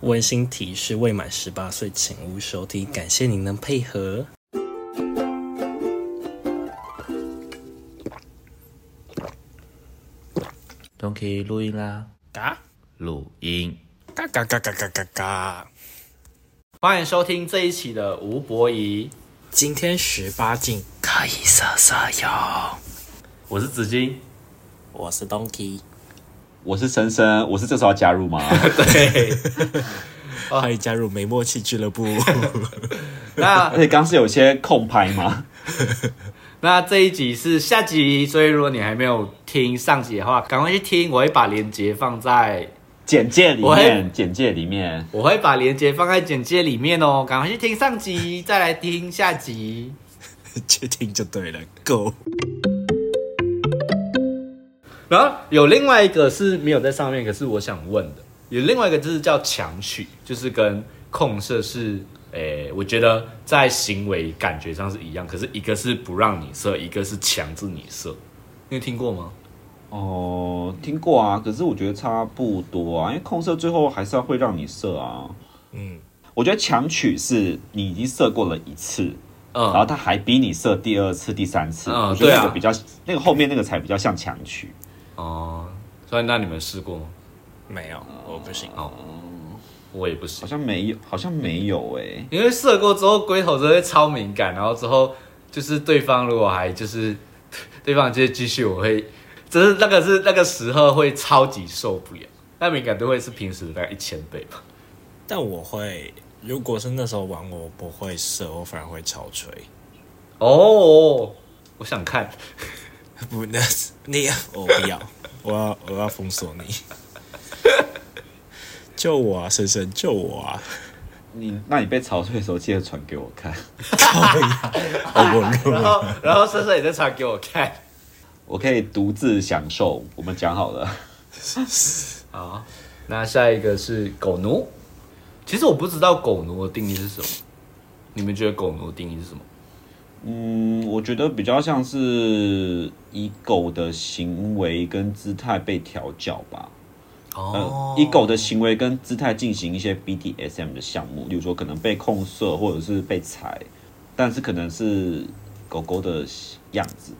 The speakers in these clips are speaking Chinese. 温馨提示：未满十八岁请勿收听。感谢您能配合。 Donkey 录音啦，嘎录音。嘎嘎嘎嘎嘎嘎嘎！欢迎收听这一期的吴博仪，今天十八禁可以色色哟。我是子金，我是 Donkey，我是森森，我是这时候要加入吗？ 对，欢迎加入没默契俱乐 部。那而且刚是有些空拍吗？ 那这一集是下集，所以如果你还没有听上集的话，赶快去听，我会把链接放在，简介里我会面，简介里面，我会把链接放在简介里面哦，赶快去听上集，再来听下集。去听就对了，Go！然后有另外一个是没有在上面，可是我想问的，有另外一个就是叫强取，就是跟控射是，诶、我觉得在行为感觉上是一样，可是一个是不让你射，一个是强制你射，你有听过吗？哦，听过啊，可是我觉得差不多啊，因为控射最后还是要会让你射啊。嗯，我觉得强取是你已经射过了一次，然后嗯，他还逼你射第二次、第三次，嗯我觉得那对个啊比较，那个后面那个才比较像强取。哦、所以那你们试过吗？没有，我不行。我也不行好。像没有，好像没有欸诶、因为射过之后，龟头真的会超敏感，然后之后就是对方如果还就是对方就是继续，我会，就是那个是那个时候会超级受不了，那敏感度会是平时的大概一千倍吧。但我会，如果是那时候玩我，不会射，我反而会超吹。哦，我想看，不，那是你我哦不要，我要我要封锁你， 救我啊，深深救我啊！你那你被潮退的时候，记得传给我看，我哦不录然了，后然后深深也在传给我看。我可以独自享受。我们讲好了。好，那下一个是狗奴，其实我不知道狗奴的定义是什么，你们觉得狗奴的定义是什么？嗯，我觉得比较像是以狗的行为跟姿态被调教吧。哦呃，嗯以狗的行为跟姿态进行一些 BDSM 的项目，例如说可能被控色或者是被踩，但是可能是狗狗的样子，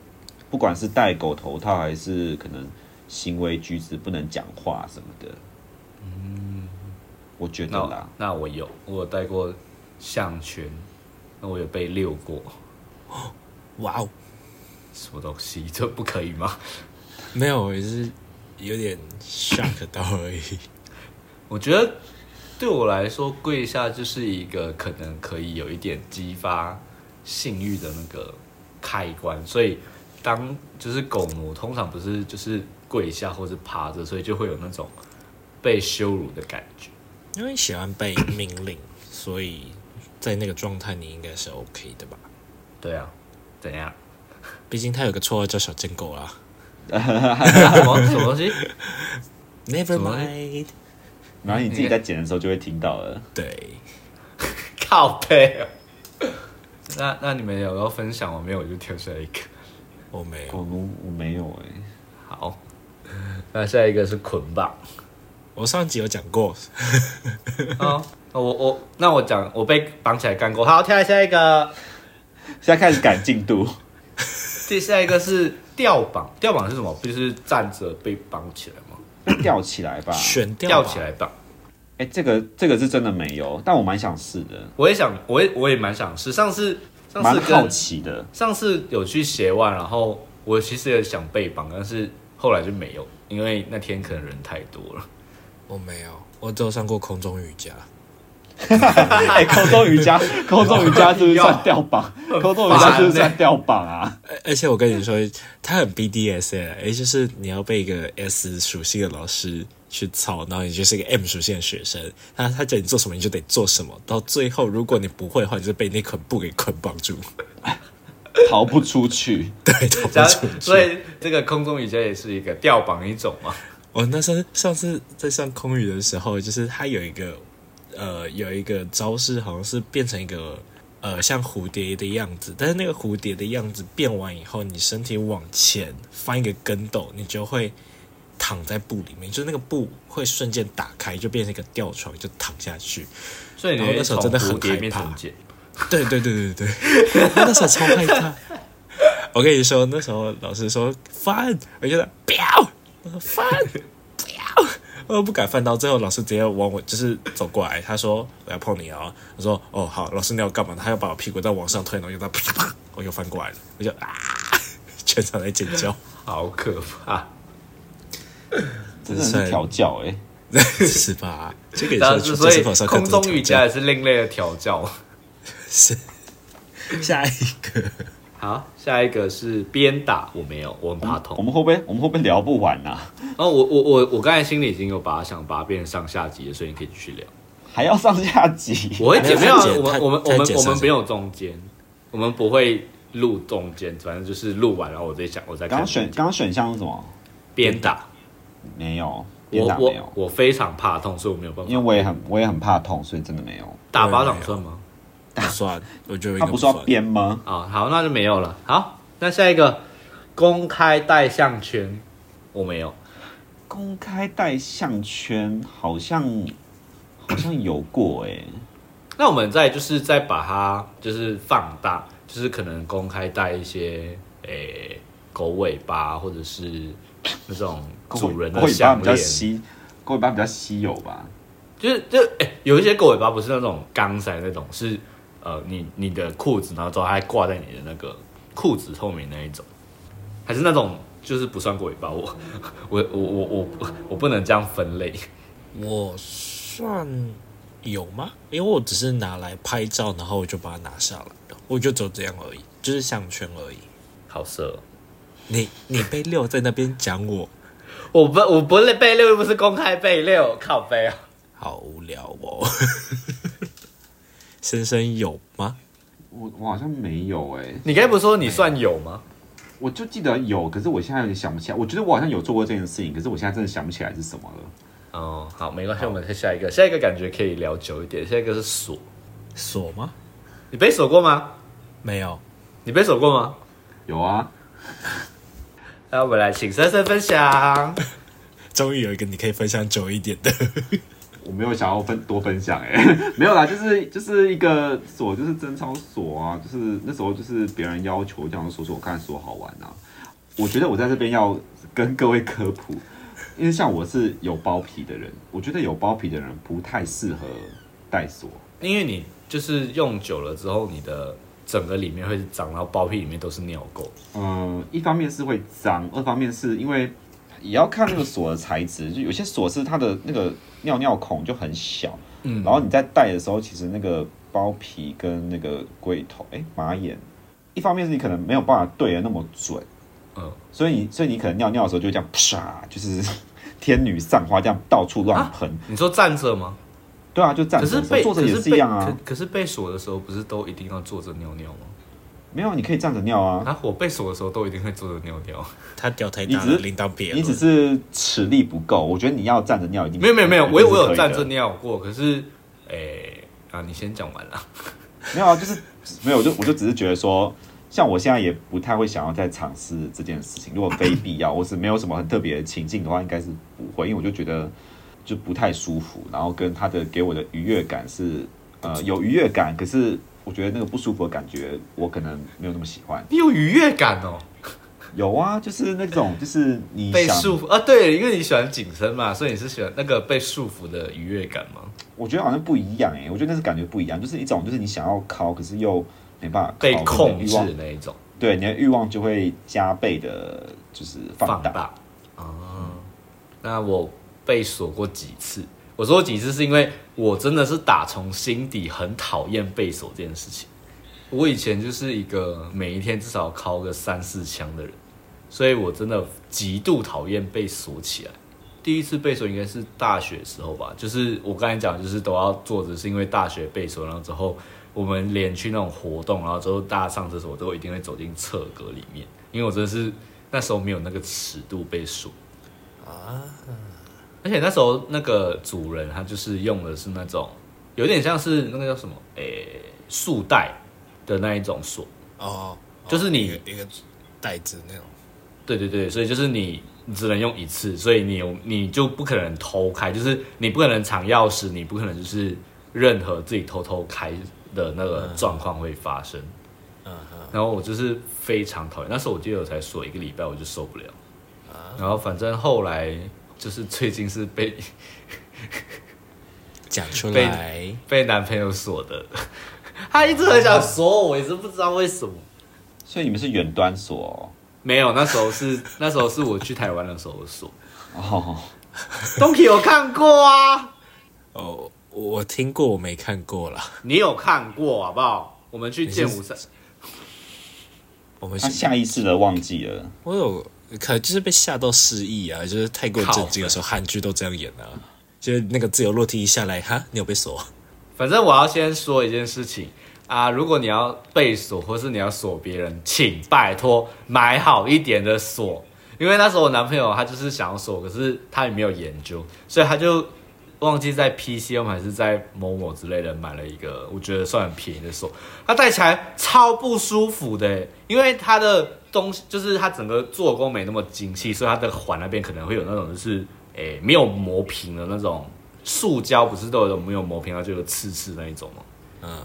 不管是戴狗头套还是可能行为举止不能讲话什么的。嗯，我觉得那啦，那我有，我有戴过项圈，那我有被遛过，哇哦，什么东西？这不可以吗？ 没有，我也是有点 shock 到而已。我觉得对我来说，跪下就是一个可能可以有一点激发性欲的那个开关，所以当就是狗奴通常不是就是跪下或是趴着，所以就会有那种被羞辱的感觉。因为喜欢被命令，所以在那个状态你应该是 OK 的吧？对啊，怎样？毕竟他有个绰号叫小贱狗啦。什么什么东西？ Never 怎么 mind，然后你自己在剪的时候就会听到了。对，靠背、哦。 那那你们有要分享吗？没有，我就挑出来一个。我没有，狗奴我没有哎、好，那下一个是捆绑。我上集有讲过， 哦，我我那我讲，我被绑起来干过。好，跳下一个，现在开始赶进度。接下一个是吊绑。吊绑是什么？不就是站着被绑起来吗？吊起来吧。选掉吊吧起，来绑。哎、这个这个是真的没有，但我蛮想试的，我也想，我也我也蛮想试。上次上蛮次好跟奇的。上次有去斜腕，然后我其实也想被绑，但是后来就没有，因为那天可能人太多了。我没有，我只有上过空中瑜伽。 哎、空中瑜伽，空中瑜伽是不是算吊绑？空中瑜伽是不是算吊绑啊？而而且我跟你说，他很 BDS 哎、欸，就是你要被一个 S 属性的老师去操，然后你就是一个 M 属性的学生，他他叫你做什么你就得做什么，到最后如果你不会的话，你就被那捆布给捆绑住， 逃不出去。对，逃加不出去。所以这个空中瑜伽也是一个吊绑一种嘛。我哦那时候上次在上空语的时候，就是他有一个呃有一个招式，好像是变成一个呃像蝴蝶的样子，但是那个蝴蝶的样子变完以后，你身体往前翻一个跟斗，你就会躺在布里面，就是那个布会瞬间打开，就变成一个吊床，就躺下去。所以你然后那时候真的很从蝴蝶害变怕成茧对对对对 对，对那时候超害怕。我跟你说，那时候老师说翻，我就得不要，我说翻 不要，我不敢翻。到最后，老师直接往我就是走过来，他说我要碰你哦。我说哦好，老师你要干嘛？他要把我屁股再往上推，然后又他啪啪，我又翻过来了，我就啊， 全场在尖叫，好可怕！真的是调教哎、是吧？ 这个也然后是所以健身房上课空中这种瑜挑战伽也是另类的调教。是下一个。好，下一个是鞭打，我没有，我很怕我痛。们会不会我们会不会聊不完呐、啊？然后我我我我刚才心里已经有把它想把它变成上下集了，所以你可以继续聊。还要上下集？我会剪，没没有有太啊，剪我们太我们太我们剪我上们下没有中间，我们不会录中间，反正就是录完然后我再想，我 再刚看刚选刚刚选项是什么？鞭打。没有，我鞭打没我有，我非常怕痛，所以我没有办法因为我也很我也很怕痛，所以真的没有。打巴掌算吗？不算，我觉得应他该不是算要。编吗？啊、好，那就没有了。好，那下一个公开戴项圈，我没有。公开戴项圈好像好像有过哎、那我们再就是再把它就是放大，就是可能公开戴一些诶、狗尾巴或者是那种主人狗的尾巴项比较链，稀，狗尾巴比较稀有吧？就是就诶、有一些狗尾巴不是那种钢塞那种，是呃你你的裤子，然后之后它还挂在你的那个裤子后面那一种，还是那种就是不算狗尾巴，我 我我我我我不能这样分类。我算有吗？因为我只是拿来拍照，然后我就把它拿下来了，我就走这样而已，就是项圈而已。好色、哦，你你被六在那边讲我，我不我不是背六，又不是公开背六，靠背啊。好无聊哦。 深深有吗？我我好像没有哎、你该不是说你算有吗？我就记得有，可是我现在有点想不起来。我觉得我好像有做过这件事情，可是我现在真的想不起来是什么了。哦，好，没关系，我们看下一个，下一个感觉可以聊久一点。下一个是锁，锁吗？你被锁过吗？没有。你被锁过吗？有啊，那我们来请深深分享。终于有一个你可以分享久一点的，我没有想要分多分享哎、 没有啦，就是就是一个锁，就是贞操锁啊，就是那时候就是别人要求这样锁锁看锁好玩啊。我觉得我在这边要跟各位科普，因为像我是有包皮的人，我觉得有包皮的人不太适合戴锁。因为你就是用久了之后，你的整个里面会是脏，然后包皮里面都是尿垢。嗯，一方面是会脏，二方面是因为也要看那个锁的材质，就有些锁是它的那个尿尿孔就很小，嗯，然后你在戴的时候，其实那个包皮跟那个龟头，哎、马眼，一方面是你可能没有办法对的那么准，嗯，所以你所以你可能尿尿的时候就这样啪，就是 天女散花这样到处乱喷，你说站着吗？对啊，就站啊可着是的时候被坐着可也是是被一样啊可，可是被锁的时候不是都一定要坐着尿尿吗？没有，你可以站着尿啊，啊，我被锁的时候都一定会坐着尿尿。他屌太大你只了，是另当别你只论。是齿力不够，我觉得你要站着尿一定没有没有没有，一我定是有我可有以的站着尿过，可是诶、啊，你先讲完了。 没有啊，就是没有，我就我就只是觉得说，像我现在也不太会想要再尝试这件事情。如果 非必要，或是没有什么很特别的情境的话，应该是不会，因为我就觉得就不太舒服，然后跟他的给我的愉悦感是呃有愉悦感，可是我觉得那个不舒服的感觉，我可能没有那么喜欢。你有愉悦感哦，有啊，就是那种就是你被想，束缚啊，对，因为你喜欢紧身嘛，所以你是喜欢那个被束缚的愉悦感吗？我觉得好像不一样哎、我觉得那是感觉不一样，就是一种就是你想要靠，可是又没办法被靠控你制的欲望那一种对你的欲望就会加倍的，就是放大。大啊。那我被锁过几次？我说几次是因为我真的是打从心底很讨厌被锁这件事情。我以前就是一个每一天至少敲个三四枪的人，所以我真的极度讨厌被锁起来。第一次被锁应该是大学时候吧，就是我刚才讲，就是都要坐着，是因为大学被锁，然后之后我们连去那种活动，然后之后大家上厕所都一定会走进厕格里面，因为我真的是那时候没有那个尺度被锁啊，而且那时候那个主人他就是用的是那种有点像是那个叫什么诶束带的那一种锁，哦，就是你一个一个袋子那种。对对对，所以就是你你只能用一次，所以你有你就不可能偷开，就是你不可能藏钥匙，你不可能就是任何自己偷偷开的那个状况会发生。然后我就是非常讨厌，那时候我记得我才锁一个礼拜，我就受不了。然后反正后来就是最近是被 讲出来，被男朋友锁的， 他一直很想锁我，我也是不知道为什么。所以你们是远端锁没有，那时候是那时候是我去台湾的时候锁。哦哦，东 y 有看过啊？哦，我听过，我没看过啦。你有看过好不好？我们去剑湖山，我们他是下意识的忘记了。我有可能就是被吓到失忆啊，就是太过震惊的时候，韩剧都这样演啊，就是那个自由落体一下来，哈，你有被锁？反正我要先说一件事情啊，如果你要被锁，或是你要锁别人，请拜托买好一点的锁，因为那时候我男朋友他就是想要锁，可是他也没有研究，所以他就忘记在 PCM 还是在某某之类的买了一个，我觉得算很便宜的锁，他戴起来超不舒服的欸，因为它的东西就是它整个做工没那么精细，所以它的环那边可能会有那种就是诶、没有磨平的那种塑胶不是都有没有磨平，它啊就有刺刺那一种吗？嗯，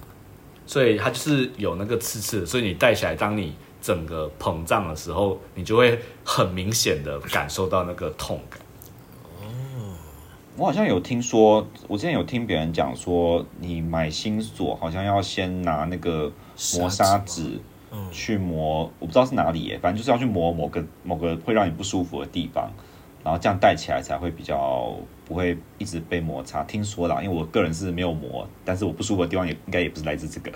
所以它就是有那个刺刺的，所以你戴起来，当你整个膨胀的时候，你就会很明显的感受到那个痛感。我好像有听说，我之前有听别人讲说，你买新锁好像要先拿那个磨砂纸嗯去磨，我不知道是哪里耶，反正就是要去磨某个某个会让你不舒服的地方，然后这样戴起来才会比较不会一直被摩擦。听说啦，因为我个人是没有磨，但是我不舒服的地方也应该也不是来自这个。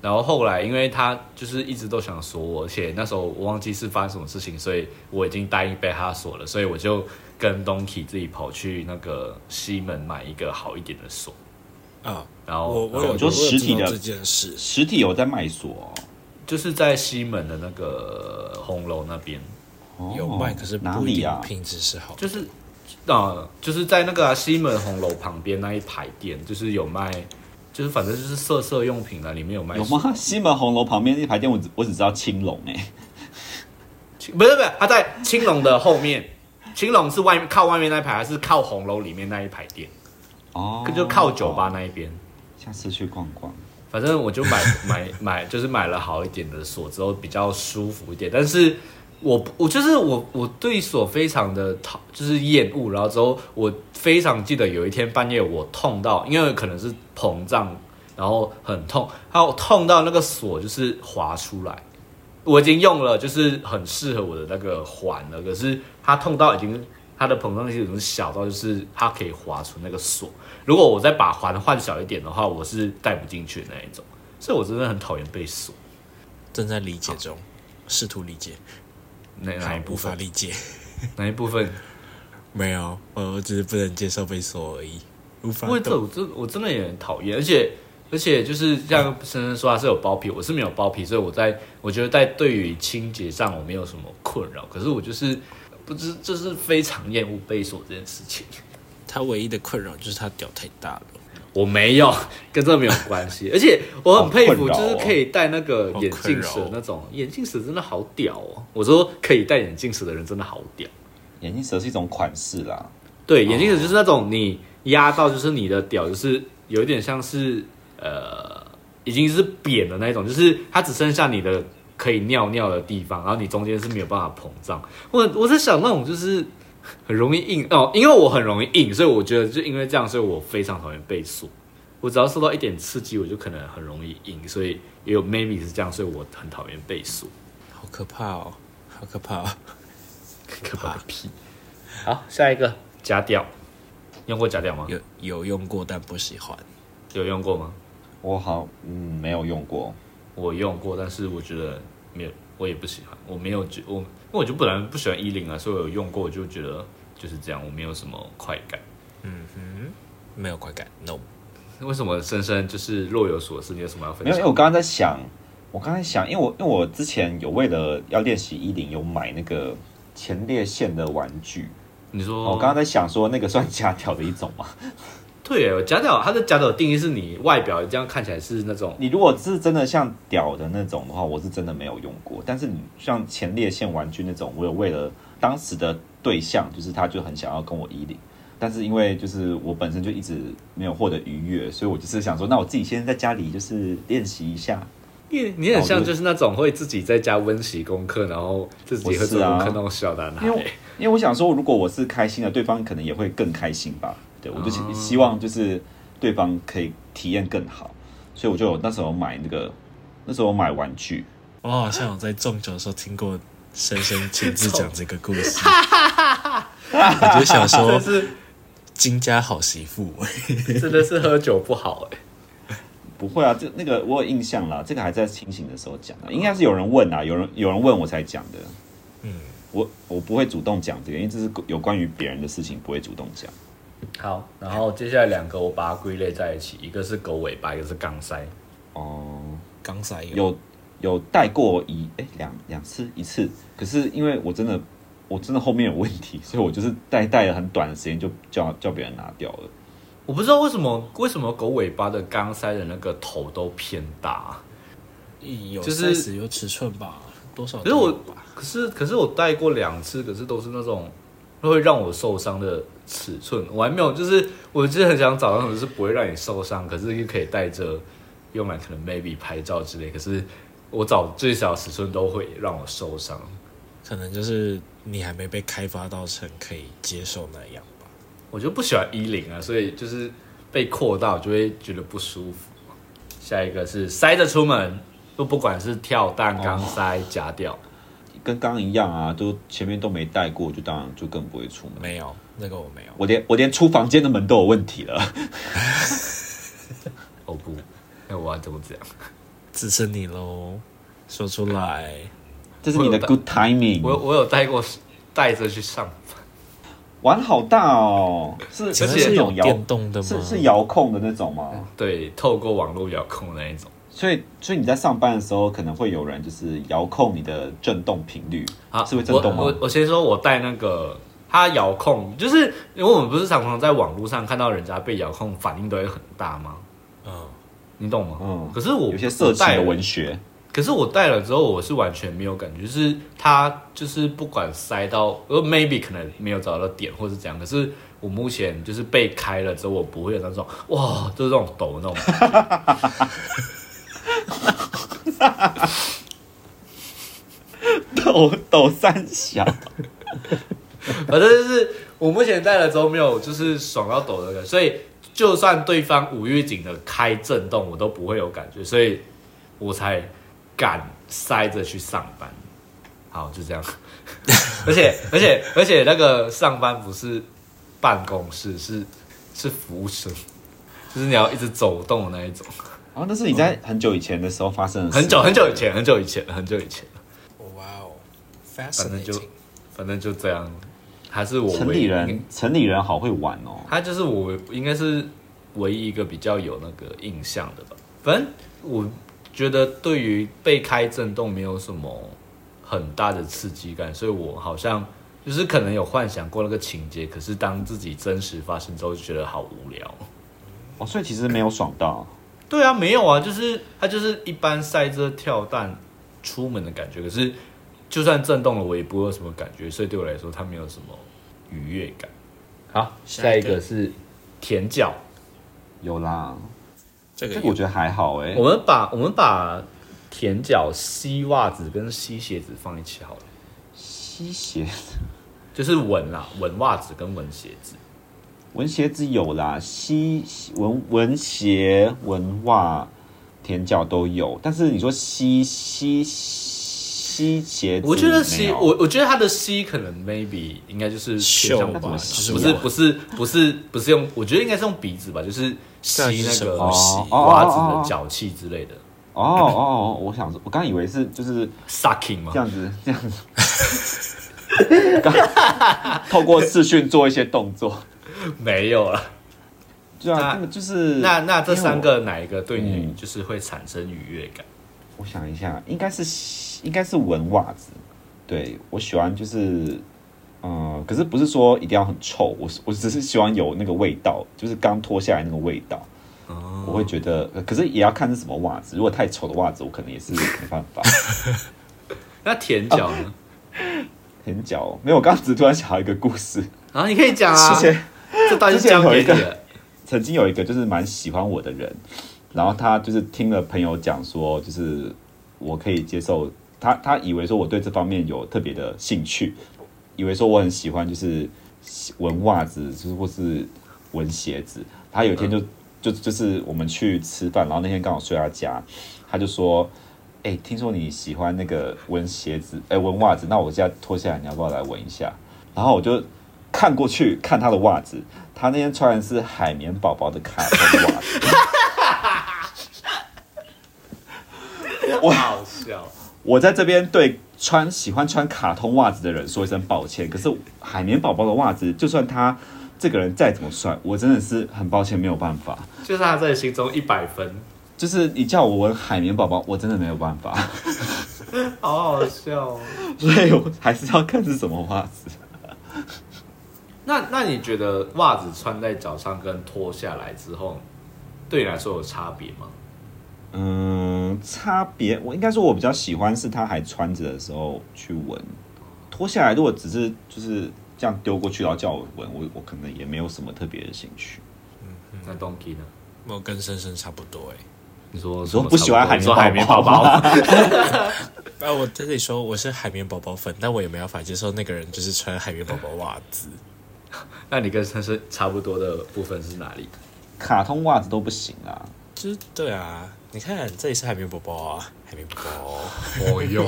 然后后来，因为他就是一直都想锁我，而且那时候我忘记是发生什么事情，所以我已经答应被他锁了，所以我就跟 Donkey 自己跑去那个西门买一个好一点的锁。啊，然哦后我我然有后说我有知实体道的这件事，实体有在卖锁哦、就是在西门的那个红楼那边，哦，有卖，可是哪不一里定啊？品质是好的。就是啊、就是在那个啊、西门红楼旁边那一排店，就是有卖，就是反正就是色色用品啊，里面有卖有锁吗？西门红楼旁边那排店，我只我只知道青龙哎、青不是不是，它在青龙的后面，青龙是外面靠外面那一排，还是靠红楼里面那一排店？哦，就靠酒吧那一边。下次去逛逛。反正我就买买买，就是买了好一点的锁之后比较舒服一点。但是我不我就是我我对锁非常的讨，就是厌恶。然后之后我非常记得有一天半夜我痛到，因为可能是膨胀，然后很痛，还有痛到那个锁就是滑出来。我已经用了，就是很适合我的那个环了，可是它痛到已经它的膨胀性已经小到就是它可以滑出那个锁。如果我再把环换小一点的话，我是戴不进去的那一种，所以我真的很讨厌被锁正在理解中，试图理解，那哪还一无部法分，理解。哪一部分，没有，我我只是不能接受被锁而已，无法我这懂。我真我真的也很讨厌，而且而且就是像深深说他是有包皮，我是没有包皮，所以我在我觉得在对于清洁上我没有什么困扰，可是我就是不知就是非常厌恶被锁这件事情。他唯一的困扰就是他屌太大了。我没有， 跟这没有关 系。而且我很佩服，好困扰就哦是可以戴那个眼好困镜蛇扰哦那种，眼镜蛇真的好屌哦！我说可以戴眼镜蛇的人真的好屌。眼镜蛇是一种款式啦，对，眼镜蛇就是那种你压到，就是你的屌，就是有一点像是呃，已经是扁的那种，就是它只剩下你的可以尿尿的地方，然后你中间是没有办法膨胀。我我在想那种就是很容易硬哦，因为我很容易硬，所以我觉得就因为这样，所以我非常讨厌被锁。我只要受到一点刺激，我就可能很容易硬，所以也有 maybe 是这样，所以我很讨厌被锁。好可怕哦，好可怕、哦！可怕个屁！好，下一个夹屌，用过夹屌吗？有有用过，但不喜欢。有用过吗？我好嗯没有用过，我用过，但是我觉得没有，我也不喜欢，我没有觉我，因为我就本来不喜欢衣领啊，所以我有用过，我就觉得就是这样，我没有什么快感。没有快感，no。为什么深深就是若有所思？你有什么要分没有，因为享？我刚刚在想，我刚才想，因为我因为我之前有为了要练习衣领，有买那个前列腺的玩具，你说哦我刚刚在想说那个算假屌的一种吗？对耶，假屌，它的假屌定义是你外表这样看起来是那种你如果是真的像屌的那种的话，我是真的没有用过。但是你像前列腺玩具那种，我有为了当时的对象，就是他就很想要跟我依恋，但是因为就是我本身就一直没有获得愉悦，所以我就是想说，那我自己先在家里就是练习一下。你你很像就是那种会自己在家温习功课，然后自己会做功课那种小男孩因。为因为我想说，如果我是开心的，对方可能也会更开心吧。对我就希希望就是对方可以体验更好，所以我就有那时候买那个那时候买玩具，我好哦像有在中酒的时候听过深深亲自讲这个故 事，我就想说真是金家好媳妇，欸啊 真的是喝酒不好哎、不会啊，这那个我有印象啦，这个还在清醒的时候讲的，应该是有人问啊，有人有人问我才讲的。嗯，我我不会主动讲这个，因为这是有关于别人的事情，不会主动讲。好，然后接下来两个我把它归类在一起，一个是狗尾巴，一个是钢塞。哦、刚才有有有带过一哎两两次一次，可是因为我真的我真的后面有问题，所以我就是带带了很短的时间就叫叫别人拿掉了。我不知道为什么为什么狗尾巴的钢塞的那个头都偏大，有就 size 是有尺寸吧，多少可都是有我吧？可是可是我戴过两次，可是都是那种会让我受伤的尺寸，我还没有就是我就是很想找那种就是不会让你受伤，可是又可以带着用来可能 maybe 拍照之类，可是我找最小尺寸都会让我受伤。可能就是你还没被开发到成可以接受那样吧。我就不喜欢衣领啊，所以就是被扩大，我就会觉得不舒服。下一个是塞着出门，就不管是跳蛋、钢塞、夹吊，跟刚刚一样啊，都前面都没带过，就当然就更不会出门。没有那个我没有，我连我连出房间的门都有问题了。哦不， 那我要怎么讲？嗯支持你喽，说出来。这是你的 good timing，我我有带过带着去上班，玩好大哦，是请问是是那有种遥电动的吗？是是遥控的那种吗？对，透过网络遥控那一种所以所以你在上班的时候，可能会有人就是遥控你的震动频率，啊是会震我动我吗？我先说，我带那个它遥控，就是因为我们不是常常在网络上看到人家被遥控反应都会很大吗？嗯，你懂吗？嗯可是我有些色情哦带的了文学。可是我戴了之后，我是完全没有感觉，就是它就是不管塞到，呃，maybe 可能没有找到点或是怎样，可是我目前就是被开了之后，我不会有那种哇，就是这种抖那种感觉。抖抖三下， 反正就是我目前戴了之后没有就是爽到抖的感觉，所以就算对方无预警的开震动，我都不会有感觉，所以我才敢塞着去上班。好，就这样。 而且而且而且那个上班不是办公室，是是服务生，就是你要一直走动的那一种。啊，那是你在很久以前的时候发生的事，很久很久以前，很久以前，很久以前，哇哦反正就，fascinating。反正就这样。还是我城唯里一人，城里人好会玩哦。他就是我应该是唯一一个比较有那个印象的吧。反正我觉得对于被开震动没有什么很大的刺激感，所以我好像就是可能有幻想过那个情节，可是当自己真实发生之后，就觉得好无聊。哦，所以其实没有爽到，对啊，没有啊，就是他就是一般塞着跳蛋出门的感觉，可是就算震动了，我也不会有什么感觉，所以对我来说，它没有什么愉悦感。好，下一个是舔脚。有啦，这个这个我觉得还好哎、我们把我们把舔脚、吸袜子跟吸鞋子放一起好了，吸鞋，就是闻啦，闻袜子跟闻鞋子。闻鞋子有啦，吸闻闻鞋、闻袜、舔脚都有，但是你说吸吸吸鞋子，我觉得吸，没有我我觉得它的吸可能 maybe 应该就是嗅偏向吧不就是不是闻不是不是不是用，我觉得应该是用鼻子吧，就是吸对就是那什个么吸哦哦袜子哦的哦脚气之类的哦哦哦，我想说，我刚以为是就是 sucking 嘛这。样 子这样子， 刚透过视讯做一些动作。没有了。对啊，那根本就是那那这因为我三个哪一个对你嗯就是会产生愉悦感？我想一下，应该是应该是闻袜子。对我喜欢就是嗯，可是不是说一定要很臭，我是我只是喜欢有那个味道，就是刚脱下来那个味道。我会觉得，呃可是也要看是什么袜子。如果太丑的袜子，我可能也是没办法。 那舔脚呢？很脚没有，我刚刚只是突然想到一个故事。啊，你可以讲啊之，前这当然是交给之你前有一的。曾经有一个就是蛮喜欢我的人，然后他就是听了朋友讲说，就是我可以接受他，他以为说我对这方面有特别的兴趣，以为说我很喜欢就是闻袜子，就是或是闻鞋子。他有一天就、就就是我们去吃饭，然后那天刚好睡他家，他就说。哎、听说你喜欢那个闻鞋子，哎、闻袜子，那我现在脱下来，你要不要来闻一下？然后我就看过去看他的袜子，他那天穿的是海绵宝宝的卡通袜子，好笑。我在这边对穿喜欢穿卡通袜子的人说一声抱歉。可是海绵宝宝的袜子，就算他这个人再怎么帅，我真的是很抱歉，没有办法。就是他在心中一百分，就是你叫我闻海绵宝宝，我真的没有办法，好好笑、哦。所以我还是要看是什么袜子。那那你觉得袜子穿在脚上跟脱下来之后，对你来说有差别吗？嗯，差别我应该说，我比较喜欢是他还穿着的时候去闻，脱下来如果只是就是这样丢过去，然后叫我闻，我我可能也没有什么特别的兴趣。那 Donkey 呢？我跟深深差不多哎、你说说不喜欢海绵你说海绵宝宝宝， 啊，我这里说我是海绵宝宝粉，但我也没办法接受那个人就是穿海绵宝宝袜子。那你跟深深差不多的部分是哪里？卡通袜子都不行啊，就是对啊，你看这里是海绵宝宝啊，海绵宝宝。哦哟，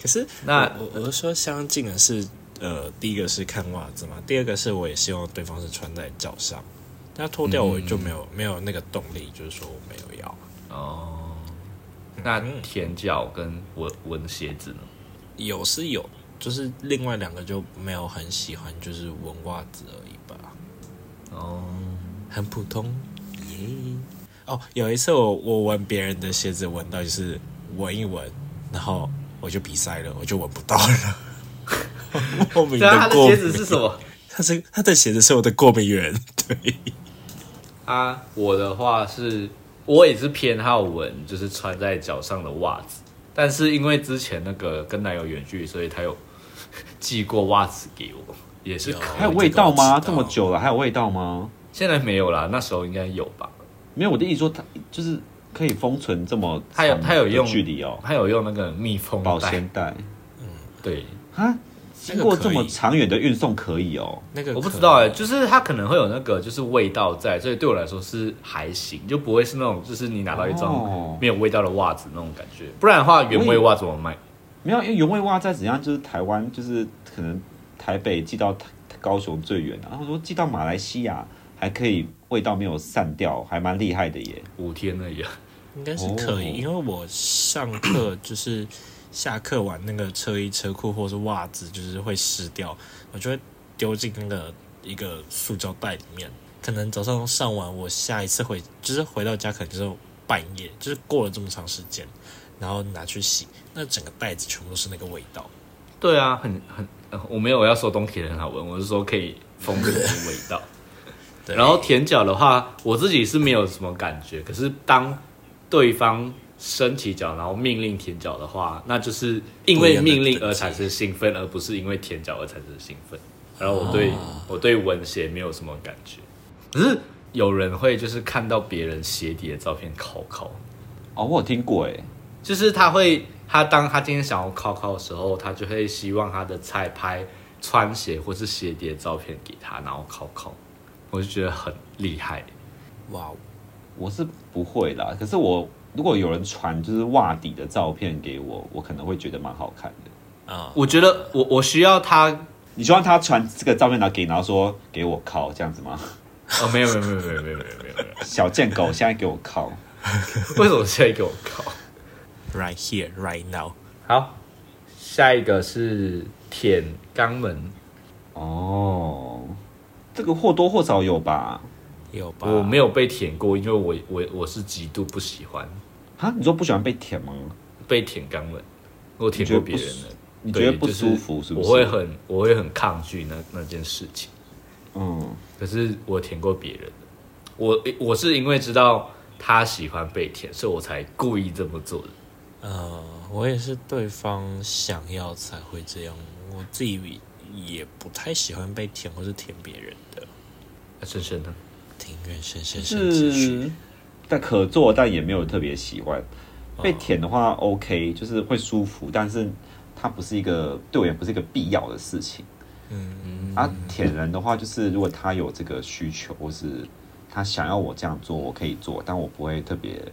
可是 那我我我是说相近的是，呃，第一个是看袜子嘛，第二个是我也希望对方是穿在脚上，但脱掉我就没有、没有那个动力，就是说我没有要。哦，那舔脚跟闻闻鞋子呢？有是有，就是另外两个就没有很喜欢，就是闻袜子而已吧，哦，很普通。耶哦，有一次我我闻别人的鞋子，闻到就是闻一闻，然后我就鼻塞了，我就闻不到 了。莫名对啊，他的的过鞋敏，子是什么？他是他的鞋子是我的过敏源，对。啊，我的话是，我也是偏好闻，就是穿在脚上的袜子。但是因为之前那个跟男友远距离，所以他有寄过袜子给我，也是可还有哦味道吗？这这个我知道么久了还有味道吗？现在没有啦，那时候应该有吧。没有，我的意思说它就是可以封存这么他有长他有的用距离哦，他有用那个密封保袋鲜，袋对，啊，经过这么长远的运送可以哦。那个我不知可道哎、就是它可能会有那个就是味道在，所以对我来说是还行，就不会是那种就是你拿到一哦双没有味道的袜子那种感觉。不然的话，原味袜怎么卖？没有，因为原味袜再怎样，就是台湾就是可能台北寄到台高雄最远啊，然后说寄到马来西亚还可以味道没有散掉，还蛮厉害的耶。五天而已啊。应该是可以，哦因为我上课就是下课完那个车衣、车裤或是袜子，就是会湿掉，我就会丢进那个一个塑胶袋里面。可能早上上完，我下一次回就是回到家，可能就是半夜，就是过了这么长时间，然后拿去洗，那整个袋子全部都是那个味道。对啊，很很，呃我没有要说东铁很好闻，我是说可以封住的味道。对然后舔脚的话，我自己是没有什么感觉，可是当对方伸起脚，然后命令舔脚的话，那就是因为命令而产生兴奋，而不是因为舔脚而产生兴奋。然后我对、我对文鞋没有什么感觉，可是有人会就是看到别人鞋底的照片考考，哦，我有听过哎，就是他会，他当他今天想要考考的时候，他就会希望他的菜拍穿鞋或是鞋底的照片给他，然后考考。我就觉得很厉害，哇哦，我是不会啦，可是我如果有人传就是袜底的照片给我，我可能会觉得蛮好看的。啊、我觉得我我需 要他。你希望他传这个照片来给你，然后说给我靠这样子吗？ 哦，没有没有没有没有没有没有没有，没有小贱狗现在给我靠，为什么现在给我考？ r i g h t here, right now， 好，下一个是舔肛门，哦，这个或多或少有吧？有吧？我没有，有被舔过，因为我我我是极度不喜欢啊，你说不喜欢被舔吗？被舔肛门，我舔过别人的，你对觉得不就是舒服是不是？我会很我会很抗拒那那件事情。嗯可是我舔过别人的，我我是因为知道他喜欢被舔，所以我才故意这么做的。呃，我也是对方想要才会这样，我自己也不太喜欢被舔或是舔别人的。那深深呢？庭院深深深继续，是，但可做，但也没有特别喜欢。被舔的话 OK，就是会舒服，但是它不是一个对我也不是一个必要的事情。嗯，啊，舔人的话，就是如果他有这个需求，或是他想要我这样做，我可以做，但我不会特别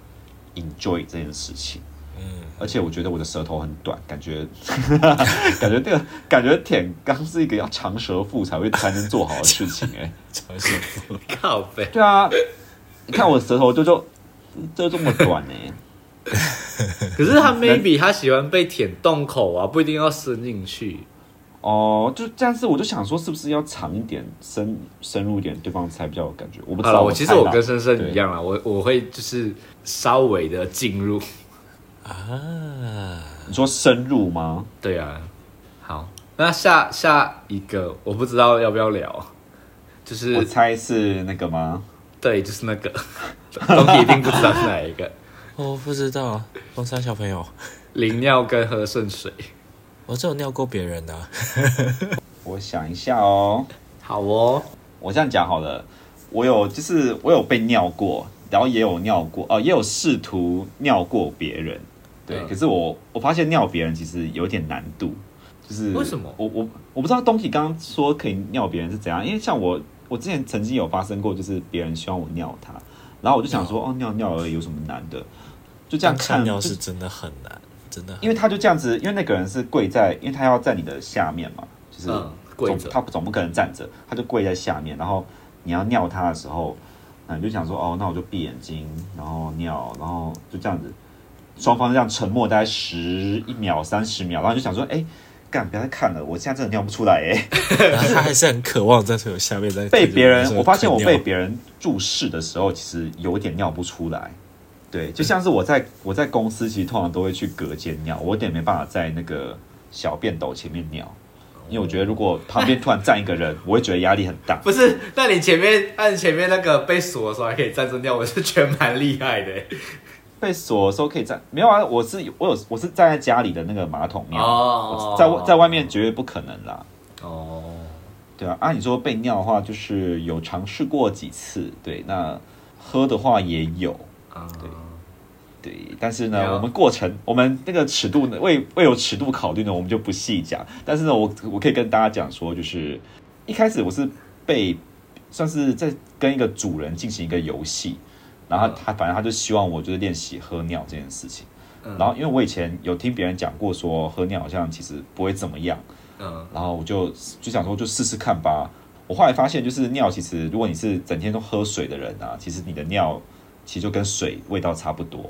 enjoy 这件事情。嗯，而且我觉得我的舌头很短，感觉感觉这个感觉舔刚是一个要长舌妇才会才能做好的事情哎、超幸福。靠 背，对啊，你看我舌头就就就这么短呢、 可是他 maybe 他喜欢被舔洞口啊，不一定要伸进去。哦，就但是我就想说，是不是要长一点、深深入一点，对方才比较有感觉？我不知好道。了，我其实猜我啦跟深深一，样啦，我我会就是稍微的进入。嗯啊，对你说深入吗？对啊，好，那下下一个我不知道要不要聊，就我是猜是那个吗？对，就是那个东西一定不知道是哪一 个，我哦不知道，东山小朋友，淋尿跟喝圣水。我只有尿过别人的、啊，我想一下哦，好哦，我这样讲好了，我有就是我有被尿过，然后也有尿过，哦、也有试图尿过别人。对，嗯可是我我发现尿别人其实有点难度，就是为什么我我我不知道东体刚刚说可以尿别人是怎样，因为像我我之前曾经有发生过，就是别人希望我尿他，然后我就想嗯说哦尿尿而已有什么难的，就这样看看尿是就真的很难，真的很因为他就这样子，因为那个人是跪在，因为他要在你的下面嘛，就是嗯跪着总他总不可能站着，他就跪在下面，然后你要尿他的时候，嗯，你就想说哦，那我就闭眼睛，然后尿，然后就这样子，双方这样沉默大概十一秒、三十秒，然后你就想说，哎、干，不要再看了，我现在真的尿不出来哎、 然后他还是很渴望在腿下面在被别人，我发现我被别别人注视的时候，其实有点尿不出来。对，就像是我在我在公司，其实通常都会去隔间尿，我有点没办法在那个小便斗前面尿，因为我觉得如果旁边突然站一个人，我会觉得压力很大。不是，那你前面按前面那个被锁的时候还可以站着尿，我是觉得蛮厉害 的欸。被锁的时候可以站，没有啊，我是我有我是站在家里的那个马桶尿，哦我在外在外面绝对不可能啦。哦，对啊，按、你说被尿的话，就是有尝试过几次，对，那喝的话也有，啊，对，但是了呢，我们过程，我们那个尺度呢，为为有尺度考虑呢，我们就不细讲。但是呢，我我可以跟大家讲说，就是一开始我是被算是在跟一个主人进行一个游戏，然后他反正他就希望我就是练习喝尿这件事情。嗯然后因为我以前有听别人讲过说喝尿好像其实不会怎么样，嗯，然后我就就想说就试试看吧。我后来发现，就是尿其实如果你是整天都喝水的人啊，其实你的尿其实就跟水味道差不多。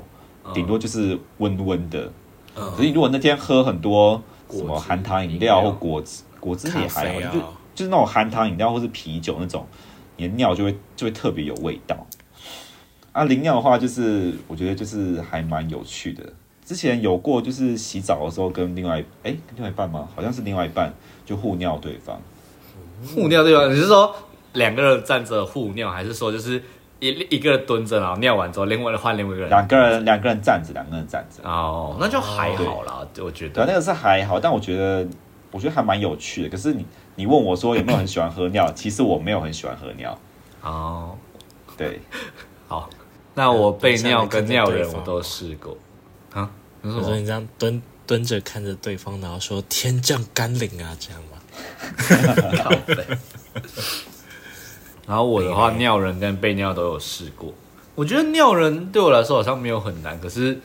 嗯顶多就是温温的。嗯可是你如果那天喝很多什果么汁含糖饮料饮料或果汁，果汁咖也还好，啡啊就哦就是那种含糖饮料或是啤酒那种，你的尿就会就会特别有味道。啊，淋尿的话，就是我觉得就是还蛮有趣的。之前有过，就是洗澡的时候跟另外哎、跟另外一半吗？好像是另外一半就互尿对方。互尿对吧？你是说两个人站着互尿，还是说就是一一个人蹲着，然后尿完之后，另外换另外一个人？两个人两个人站着，两个人站着。哦，那就还好啦，我觉对啊，得。那个是还好，但我觉得我觉得还蛮有趣的。可是你你问我说有没有很喜欢喝尿，其实我没有很喜欢喝尿。哦，对，好，那我被尿跟尿等一人下再看看对方我都试过啊。你我说说什么？你这样蹲蹲着看着对方，然后说天降甘霖啊，这样吗？靠背。然后我的话，尿人跟被尿都有试过。我觉得尿人对我来说好像没有很难，可是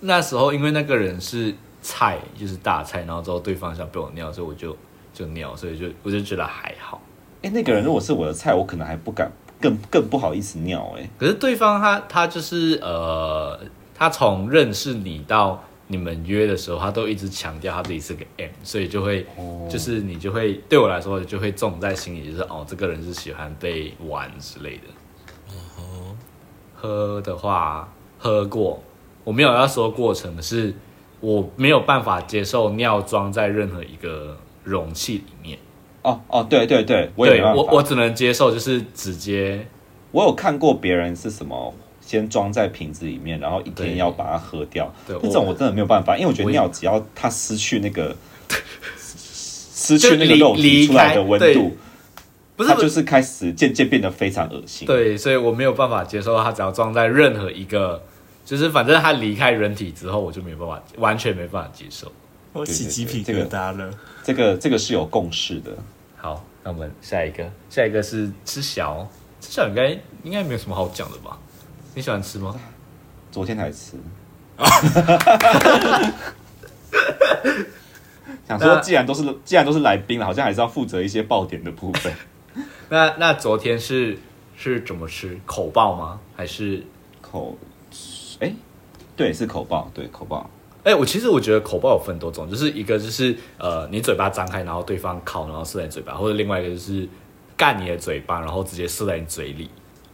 那时候因为那个人是菜，就是大菜，然后之后对方想被我尿，所以我就就尿，所以就我就觉得还好。哎、那个人如果是我的菜，我可能还不敢，更更不好意思尿、诶可是对方他他就是呃，他从认识你到你们约的时候，他都一直强调他自己是个 M，所以就会、就是你就会对我来说就会种在心里，就是哦，这个人是喜欢被玩之类的。喝的话喝过，我没有要说过程，可是我没有办法接受尿装在任何一个容器里面。哦哦，对对对，我也对没办法我，我只能接受就是直接我有看过别人是什么。先装在瓶子里面，然后一天对要把它喝掉。对那种我我真的没有办法，因为我觉得我也尿只要它失去那 个失就去那个离肉离体出来开的温对度，不是它就是开始渐渐变得非常恶心。对，所以我没有办法接受它只要装在任何一个，就是反正它离开人体之后，我就没办法，完全没办法接受。哦我起鸡皮对对疙对瘩了。这个这个是有共识的。好，那我们下一个，下一个是吃小，吃小应该应该没有什么好讲的吧？你喜欢吃吗？昨天才吃。哦 想说，那既然都是既然都是来宾了，好像还是要负责一些爆点的部分。那那昨天是是怎么吃？口爆吗？还是？口，哎、对，是口爆，对，口爆。哎、我其实我觉得口爆有分多种，就是一个就是呃，你嘴巴张开，然后对方靠，然后射在你嘴巴，或者另外一个就是干你的嘴巴，然后直接射在你嘴里。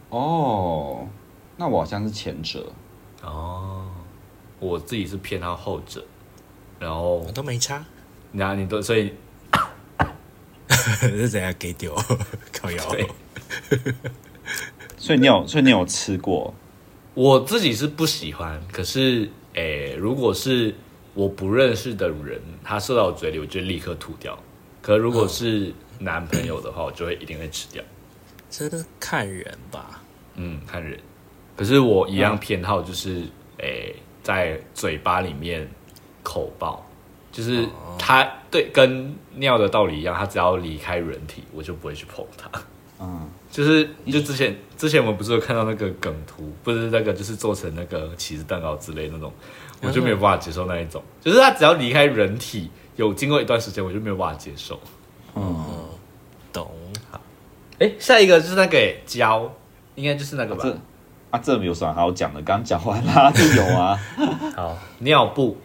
哦，那我好像是前者。哦，我自己是偏好后者，然后我都没差，然后你都所以 是怎样给丢？靠腰。对所以你有，所以你有吃过？我自己是不喜欢，可是诶，如果是我不认识的人，他射到我嘴里，我就立刻吐掉。可如果是男朋友的话，我就会一定会吃掉。真的看人吧。嗯，看人。可是我一样偏好就是诶、在嘴巴里面口爆，就是它对跟尿的道理一样，它只要离开人体，我就不会去碰它。嗯，就是就之前之前我们不是有看到那个梗图，不是那个就是做成那个起司蛋糕之类那种，我就没有办法接受那一种。就是它只要离开人体，有经过一段时间，我就没有办法接受。懂，哎、下一个就是那个诶胶，应该就是那个吧？这啊，这有什么好讲的？刚讲完啦，就有啊。好，尿布，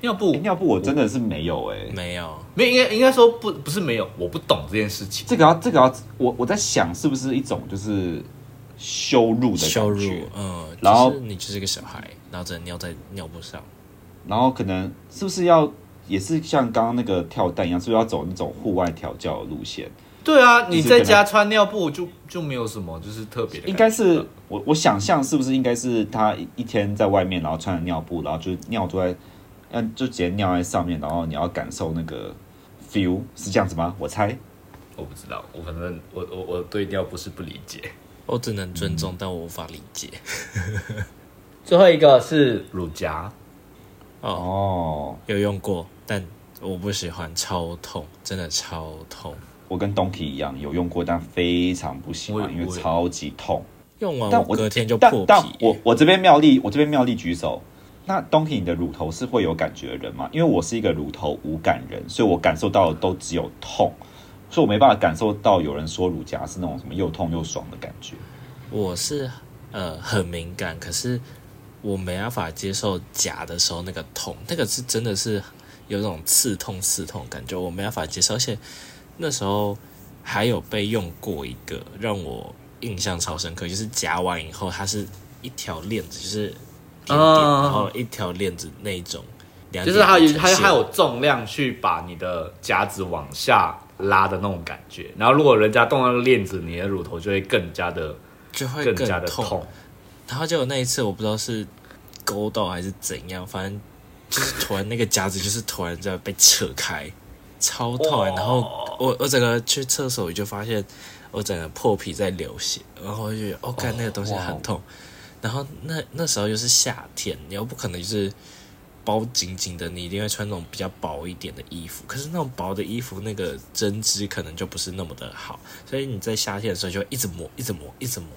尿布，诶尿布我真的是没有哎、没有，没有应该应该说不不是没有，我不懂这件事情。这个要这个要，我我在想是不是一种就是羞辱的感觉羞辱，嗯，然后就是你就是个小孩，然后只能尿在尿布上，然后可能是不是要也是像刚刚那个跳蛋一样，是不是要走那种户外调教的路线？对啊，就是你在家穿尿布就就没有什么，就是特别的感觉。应该是我我想象是不是应该是他一一天在外面，然后穿着尿布，然后就尿都在，嗯，就直接尿在上面，然后你要感受那个 feel 是这样子吗？我猜我不知道，我反正我我我对尿布是不理解。我只能尊嗯重，但我无法理解。最后一个是乳夹，哦，哦，有用过，但我不喜欢，超痛，真的超痛。我跟 Donkey 一样有用过，但非常不喜我欢，也因为我也超级痛。用完但我隔天就但破但皮，我我这边妙丽，我这边妙丽举手。那 Donkey，你的乳头是会有感觉的人吗？因为我是一个乳头无感人，所以我感受到的都只有痛，所以我没办法感受到有人说乳夹是那种什么又痛又爽的感觉。我是呃很敏感，可是我没办法接受夹的时候那个痛，那个是真的是有那种刺痛刺痛的感觉，我没办法接受。而且那时候还有被用过一个让我印象超深刻，就是夹完以后它是一条链子，就是点点，啊然后一条链子那一种，两就是点它有一条它线它有重量去把你的夹子往下拉的那种感觉。然后如果人家动到链子，你的乳头就会更加的就会更加的痛。痛。然后结果那一次我不知道是勾到还是怎样，反正就是突然那个夹子就是突然在被扯开，超痛。欸然后我我整个去厕所我就发现我整个破皮在流血，然后我就觉得哦，干那个东西很痛。然后那那时候又是夏天，你又不可能就是包紧紧的，你一定会穿那种比较薄一点的衣服。可是那种薄的衣服，那个针织可能就不是那么的好，所以你在夏天的时候就会一直磨，一直磨，一直磨。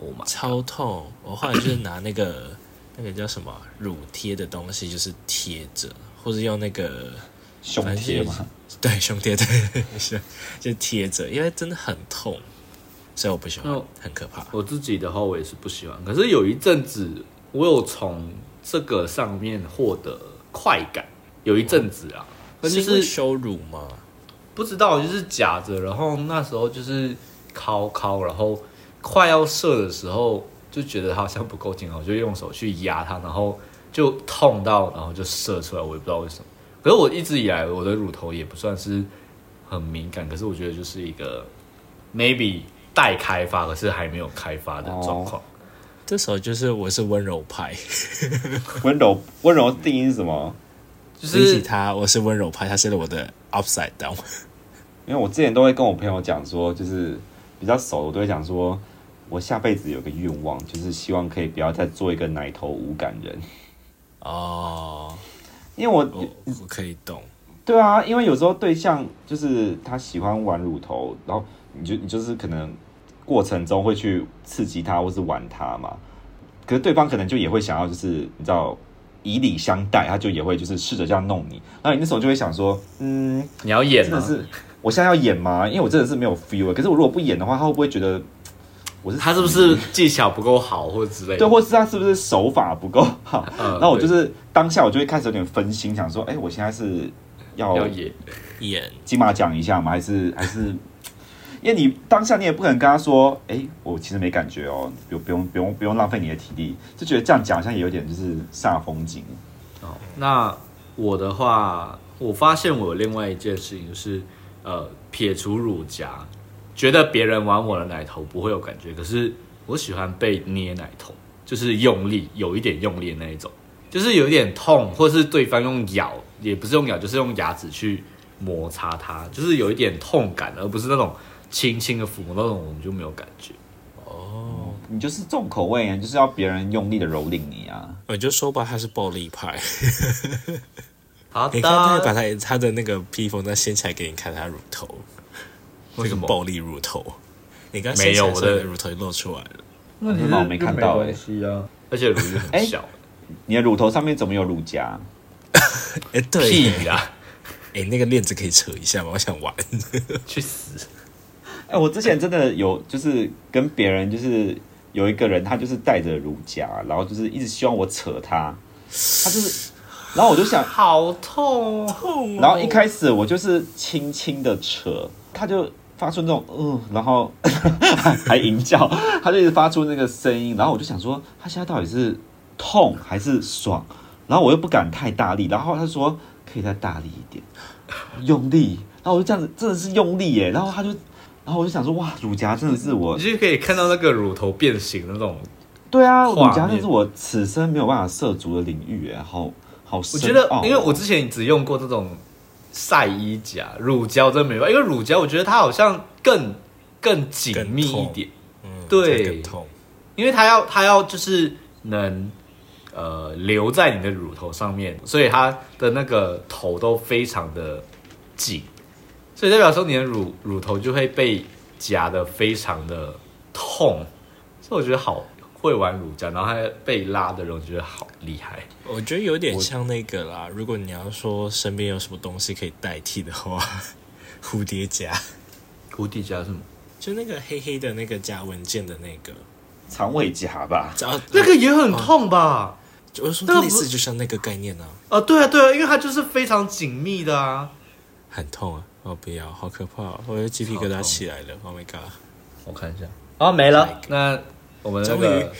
Oh my！超痛！我后来就是拿那个 那个叫什么啊乳贴的东西，就是贴着，或者用那个 胸反正贴嘛，对胸贴，对，是就贴着，因为真的很痛，所以我不喜欢哦，很可怕。我自己的话，我也是不喜欢。可是有一阵子，我有从这个上面获得快感，有一阵子啊，那就是因为羞辱吗？不知道，就是夹着，然后那时候就是敲敲，然后快要射的时候就觉得它好像不够紧，我就用手去压它，然后就痛到，然后就射出来，我也不知道为什么。可是我一直以来我的乳头也不算是很敏感，可是我觉得就是一哦个 maybe 待开发，可是还没有开发的状况。哦这时候就是我是温柔派，温柔温柔定义是什么？就比起是他，我是温柔派，他是我的 upside down。因为我之前都会跟我朋友讲说，就是比较熟的，我都会讲说，我下辈子有个愿望，就是希望可以不要再做一个奶头无感人。哦，因为我我哦我可以懂。对啊，因为有时候对象就是他喜欢玩乳头，然后你就你就是可能过程中会去刺激他或是玩他嘛，可是对方可能就也会想要就是你知道以礼相待，他就也会就是试着这样弄你，那你那时候就会想说，嗯，你要演啊真吗的？是我现在要演吗？因为我真的是没有 feel，欸可是我如果不演的话，他会不会觉得嗯我是他是不是技巧不够好或者之类对，的？或是他是不是手法不够 好？嗯那我就是当下我就会开始有点分心，想说，哎、我现在是要对要演，演金马奖一下吗？还是还是？因为你当下你也不可能跟他说，哎、我其实没感觉哦，不用不用不用不用浪费你的体力，就觉得这样讲好像也有点就是煞风景。那我的话，我发现我有另外一件事情就是，呃，撇除乳夹，觉得别人玩我的奶头不会有感觉，可是我喜欢被捏奶头，就是用力，有一点用力的那一种，就是有一点痛，或是对方用咬，也不是用咬，就是用牙齿去摩擦它，就是有一点痛感，而不是那种轻轻的抚摸那种，我们就没有感觉。哦，你就是重口味啊，就是要别人用力的蹂躏你啊。我就说吧，他是暴力派。好你看，他还把的，他他的那个披风再掀起来给你看，他乳头，为什么这个暴力乳头？你刚没有掀起来的时候我你的的乳头就露出来了。问题很是好没看到就欸没东西啊，而且乳晕哎很小，你的乳头上面怎么有乳夹？哎、对屁耶，啦，哎、那个链子可以扯一下吗？我想玩。去死！哎、我之前真的有就是跟别人就是有一个人，他就是带着乳夹，然后就是一直希望我扯他，他就是，然后我就想，好痛哦痛然后一开始我就是轻轻的扯，他就发出那种嗯、呃然后 还吟叫，他就一直发出那个声音，然后我就想说他现在到底是痛还是爽，然后我又不敢太大力，然后他说可以再大力一点，用力，然后我就这样子真的是用力耶，然后他就，然后我就想说哇，乳夹真的是我你就可以看到那个乳头变形的那种。对啊，画乳夹那面是我此生没有办法涉足的领域，哎，好好我深觉得奥哦，因为我之前只用过这种晒衣夹，乳胶真没办法，因为乳胶我觉得它好像更更紧密一点，嗯对这更痛。因为它要它要就是能呃留在你的乳头上面，所以它的那个头都非常的紧，所以代表说你的乳乳头就会被夹的非常的痛，所以我觉得好会玩乳胶，然后还被拉的人，我觉得好厉害。我觉得有点像那个啦。如果你要说身边有什么东西可以代替的话， 蝴蝶夹，蝴蝶夹是什么？就那个黑黑的那个夹文件的那个，长尾夹吧，只要那个也很痛吧？我就说那个不类似就啊像那个概念呢、啊，啊，对啊，对啊，因为它就是非常紧密的啊。很痛啊！哦，不要，好可怕、哦！我的鸡皮疙瘩起来了，Oh my god！我看一下，啊，没了。那我们那终个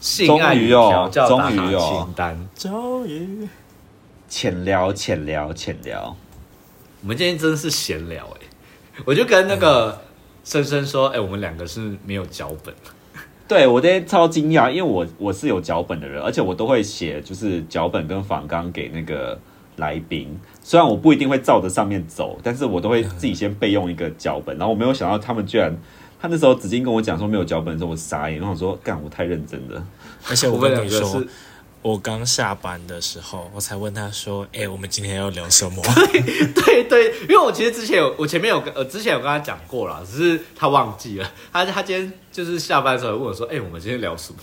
性爱终于与哦调教打终于卡哦清单，终于，浅聊浅聊浅聊，我们今天真是闲聊哎。我就跟那嗯个深深说，哎，我们两个是没有脚本，对我那天超惊讶，因为我我是有脚本的人，而且我都会写就是脚本跟仿纲给那个来宾，虽然我不一定会照着上面走，但是我都会自己先备用一个脚本，然后我没有想到他们居然。他那时候紫金跟我讲说没有脚本的时候，我傻眼，我想说干我太认真了。而且我们跟两你个说是，，我刚下班的时候，我才问他说：“哎、我们今天要聊什么 对对，因为我其实之前有，我前面有跟呃之前有跟他讲过啦，只是他忘记了。他他今天就是下班的时候问我说，哎，我们今天聊什么？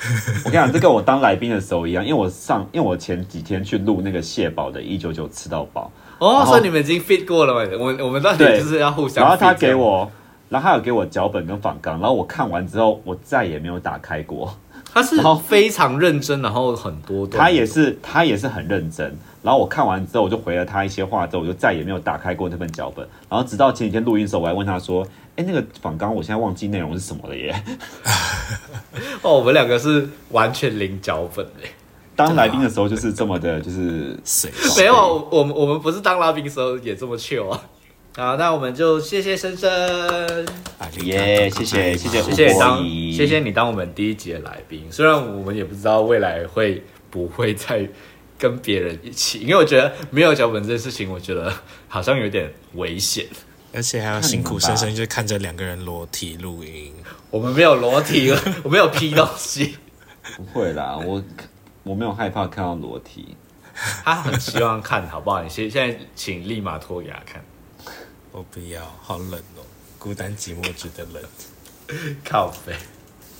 我跟你讲，这跟我当来宾的时候一样，因为我上，因为我前几天去录那个蟹堡的“一九九吃到饱哦，然后所以你们已经 fit 过了嘛？我我们到底对就是要互”，相 fit 这然样。后他给我，然后他有给我脚本跟仿纲，然后我看完之后，我再也没有打开过。他是然后非常认真，然后很多段他也是，他也是很认真。然后我看完之后，我就回了他一些话，之后我就再也没有打开过那份脚本。然后直到前几天录音的时候，我还问他说：“哎，那个仿纲我现在忘记内容是什么了耶哦，我们两个是完全零脚本的。当来宾的时候就是这么的，就是随没有，啊我们我们不是当拉宾时候也这么 chill 啊。好，那我们就谢谢深深，啊耶谢谢哎谢谢谢谢你吴当伯仪谢谢你当我们第一集的来宾。虽然我们也不知道未来会不会再跟别人一起，因为我觉得没有脚本这件事情，我觉得好像有点危险。而且还要辛苦生生就看着两个人裸体录音，我们没有裸体， 我没有 P 东西。不会啦，我我没有害怕看到裸体，他很希望看好不好？你现现在请立马脱给他看，我不要，好冷哦，孤单寂寞觉得冷。靠背。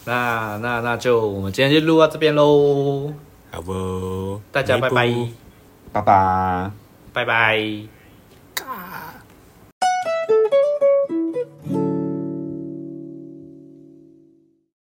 那那那就我们今天就录到这边喽，好不，哦大家拜拜，爸爸。拜拜。